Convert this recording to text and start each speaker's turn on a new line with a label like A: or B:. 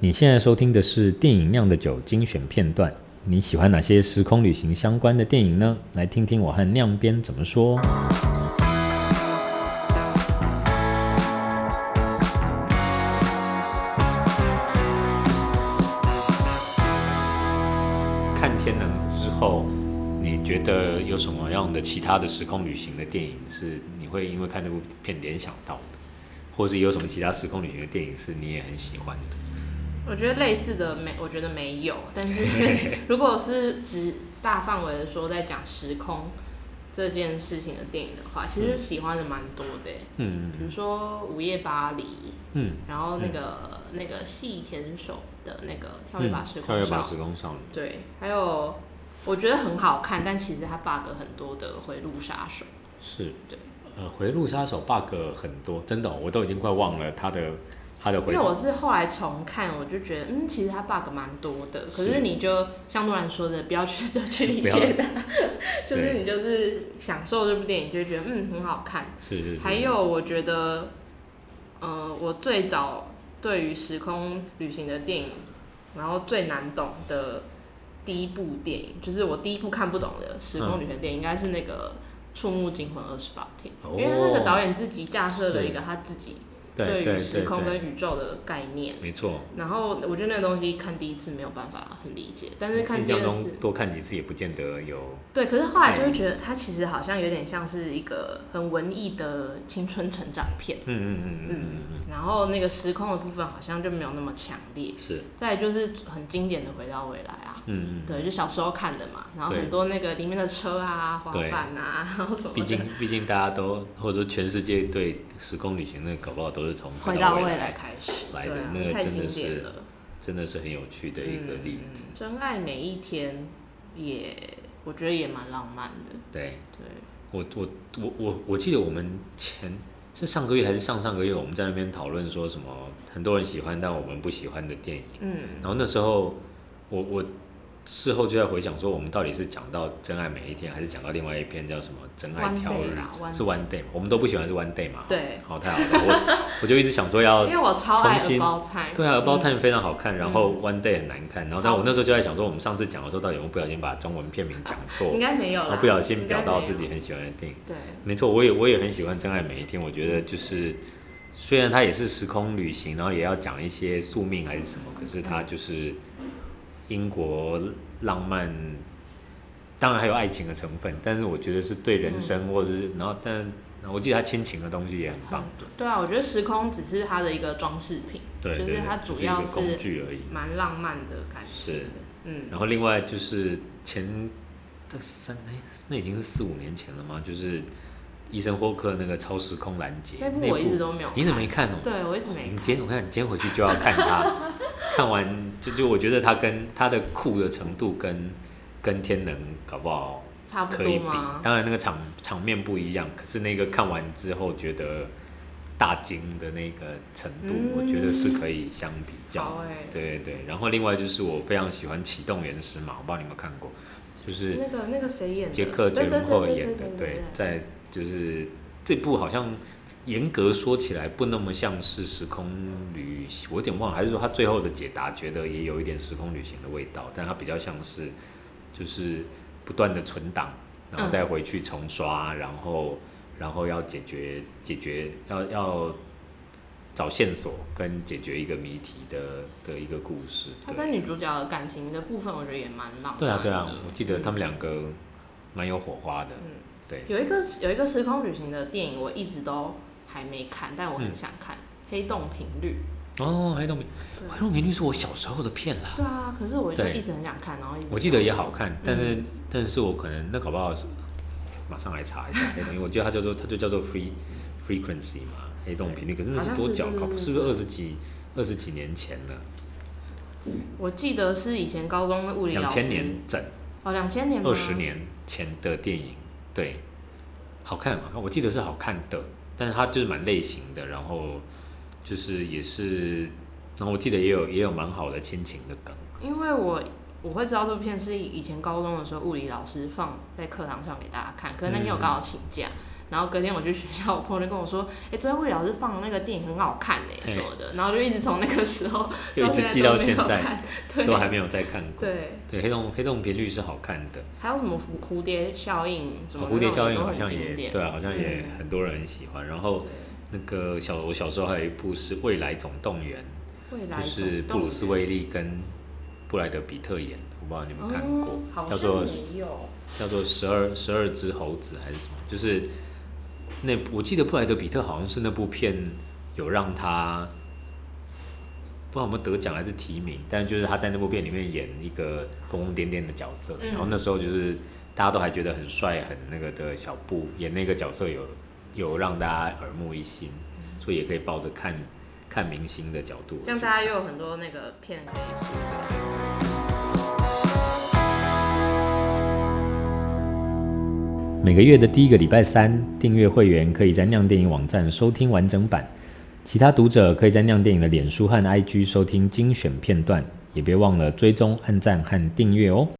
A: 你现在收听的是电影《酿的酒》精选片段。你喜欢哪些时空旅行相关的电影呢？来听听我和酿编怎么说。看《天能》之后，你觉得有什么样的其他的时空旅行的电影是你会因为看这部片联想到的，或是有什么其他时空旅行的电影是你也很喜欢的？
B: 我觉得类似的没，我觉得没有。但是 如果是只大范围的说，在讲时空这件事情的电影的话，其实喜欢的蛮多的欸。
A: 嗯
B: 比如说《午夜巴黎》，
A: 嗯，嗯
B: 然后那个、那个细田守的那个《跳跃吧时
A: 跳跃
B: 空
A: 吧
B: 少
A: 时》空少女。
B: 对，还有我觉得很好看，但其实它 bug 很多的《回路杀手》。
A: 是，
B: 对，
A: 呃，回路杀手 bug 很多，真的哦、我都已经快忘了他的他的
B: 因
A: 回
B: 为我是后来重看，我就觉得，嗯，其实它 bug 蛮多的。可
A: 是
B: 是你就像诺兰说的，不要去试着去理
A: 不要
B: 解它， 就是
A: 对
B: 你就是享受这部电影，就会觉得嗯很好看。
A: 是是是，
B: 还有我觉得，呃，我最早对于时空旅行的电影，然后最难懂的第一部电影，就是我第一部看不懂的时空旅行电影，应该是那个《触目惊魂二十八天》
A: 哦
B: 因为那个导演自己架设了一个
A: 是
B: 他自己
A: 对
B: 于
A: 对
B: 时
A: 对
B: 空
A: 对，
B: 跟宇宙的概念。
A: 没错，
B: 然后我觉得那个东西看第一次没有办法很理解，但是
A: 嗯
B: 看
A: 印
B: 第
A: 象
B: 二
A: 中嗯
B: 次，
A: 多看几次也不见得有，
B: 对，可是后来就会觉得它其实好像有点像是一个很文艺的青春成长片。
A: 嗯嗯嗯嗯嗯嗯
B: 然后那个时空的部分好像就没有那么强烈。
A: 嗯，是，
B: 再来就是很经典的《回到未来》啊，
A: 嗯嗯，
B: 对，就小时候看的嘛，然后
A: 对
B: 很多那个里面的车啊、滑
A: 对
B: 板啊，然后什么
A: 毕
B: 的，
A: 竟毕竟大家都或者说全世界对时空旅行那个搞不好都是从
B: 回
A: 到
B: 到未来
A: 来，
B: 开始，
A: 来的
B: 对啊
A: 那个
B: 太
A: 真的
B: 经典
A: 是
B: 了
A: 真的是很有趣的一个例子，
B: 嗯真爱每一天也，我觉得也蛮浪漫的，
A: 对。
B: 对，
A: 我我我我我记得我们前是上个月还是上上个月，我们在那边讨论说什么很多人喜欢但我们不喜欢的电影。
B: 嗯，
A: 然后那时候我我事后就在回想说，我们到底是讲到《真爱每一天》，还是讲到另外一篇叫什么《真爱
B: One
A: 挑
B: Day
A: 日
B: 啦》？，One
A: 是 One Day 嘛？我们都不喜欢是 One Day 嘛？
B: 对
A: 好，太好了，我我就一直想说要
B: 因为我超爱
A: 重新
B: About Time，
A: 对啊，包
B: 嗯
A: 探非常好看，然后
B: 嗯
A: One Day 很难看，然后
B: 超
A: 但我那时候就在想说，我们上次讲的时候到底有没有不小心把中文片名讲错
B: 应，该没有
A: 然
B: 啦
A: 后，不小心
B: 应该
A: 表到
B: 没有
A: 自己，很喜欢的电影。
B: 对，
A: 没错，我也我也很喜欢《真爱每一天》，我觉得就是虽然它也是时空旅行，然后也要讲一些宿命还是什么，可是它就是英国浪漫，当然还有爱情的成分，但是我觉得是对人生、或者是然后但我记得它亲情的东西也很棒，
B: 对啊，我觉得时空只是它的一个装饰品，
A: 对
B: 就
A: 对
B: 是
A: 对，
B: 它
A: 只
B: 主
A: 是一
B: 要
A: 个工
B: 是
A: 具而已。
B: 蛮浪漫的感觉
A: 是
B: 的，嗯，
A: 然后另外就是前这三哎那已经是四五年前了吗？就是伊森霍克那个超时空拦截
B: 那部我一直都没有，
A: 你怎么没看哦？
B: 对我一直没
A: 你
B: 看，
A: 今天我看你今天回去就要看它，看完就就我觉得它跟它的酷的程度跟跟天能搞不好
B: 差不
A: 可以
B: 多
A: 比
B: 吗，？
A: 当然那个场场面不一样，可是那个看完之后觉得大惊的那个程度，
B: 嗯
A: 我觉得是可以相比较
B: 好
A: 的。
B: 哎
A: 对对对，然后另外就是我非常喜欢《启动原始码》，我不知道你有没有看过，就是
B: 那个那个谁演的？
A: 杰克·杰
B: 对
A: 伦
B: 对
A: 霍尔
B: 对
A: 演的，
B: 对
A: 对，在就是这部好像严格说起来不那么像是时空旅行，我有点忘了，还是说他最后的解答觉得也有一点时空旅行的味道，但它比较像是就是不断的存档，然后
B: 嗯
A: 再回去重刷，然后然后要解决解决要要找线索跟解决一个谜题的的一个故事，
B: 他
A: 对。
B: 跟女主角的感情的部分，我觉得也蛮浪漫的。
A: 对啊，对啊，我记得他们两个蛮有火花的。
B: 嗯
A: 对，
B: 有一个有一个时空旅行的电影，我一直都还没看，但
A: 嗯
B: 我很想看《黑洞频率
A: 哦，黑洞频，
B: 对
A: 黑洞频率是我小时候的片啦》。。
B: 对啊，可是我就
A: 对
B: 一直很想看，然后一直
A: 我记得也好看，但是、
B: 嗯
A: 但是我可能那搞不好是马上来查一下黑洞，因为我记得它叫做它就叫做 free frequency 嘛，黑洞频率。可是那
B: 好
A: 是
B: 像
A: 多
B: 是
A: 久？
B: 对
A: 搞
B: 对对
A: 是不是二十几二十几年前了？
B: 我记得是以前高中的物理老
A: 两
B: 师，
A: 千年整，
B: 哦，两千年吗
A: 二十年前的电影，对，好看好看，我记得是好看的，但是它就是蛮类型的，然后就是也是，然后我记得也有也有蛮好的亲情的梗。
B: 因为我我会知道这
A: 嗯
B: 部片是以前高中的时候物理老师放在课堂上给大家看，可是那天我刚好请假，然后隔天我去学校，我朋友就跟我说：“哎、昨天魏老师放的那个电影很好看哎、
A: 嘿
B: 什么的。”然后就一直从那个时候
A: 就一直记到
B: 到
A: 现在
B: 现在都没有看，对，
A: 都还没有再看过。
B: 对，
A: 对，黑洞黑洞频率是好看的，啊
B: 还有什么蝴蝴蝶效应什么
A: 蝴蝶效应好
B: 那种
A: 像
B: 都很经
A: 也
B: 典
A: 对啊，好像也
B: 嗯
A: 很多人很喜欢。然后那个小我小时候还有一部是《未来总动员
B: 未》，来
A: 就是
B: 总
A: 布
B: 动
A: 鲁斯
B: 员
A: 威利跟布莱德比特演的，我不知道你们看过，
B: 哦好
A: 叫
B: 像
A: 做
B: 也有
A: 叫做十二十二只猴子还是什么，就是那部我记得布莱德比特好像是那部片有让他不知道有没有得奖还是提名，但就是他在那部片里面演一个疯疯癫癫的角色，
B: 嗯
A: 然后那时候就是大家都还觉得很帅很那个的小布演那个角色有有让大家耳目一新，所以也可以抱着看看明星的角度，
B: 嗯像大家又有很多那个片可以试。
A: 每个月的第一个礼拜三，订阅会员可以在酿电影网站收听完整版，其他读者可以在酿电影的脸书和 IG 收听精选片段，也别忘了追踪、按赞和订阅哦。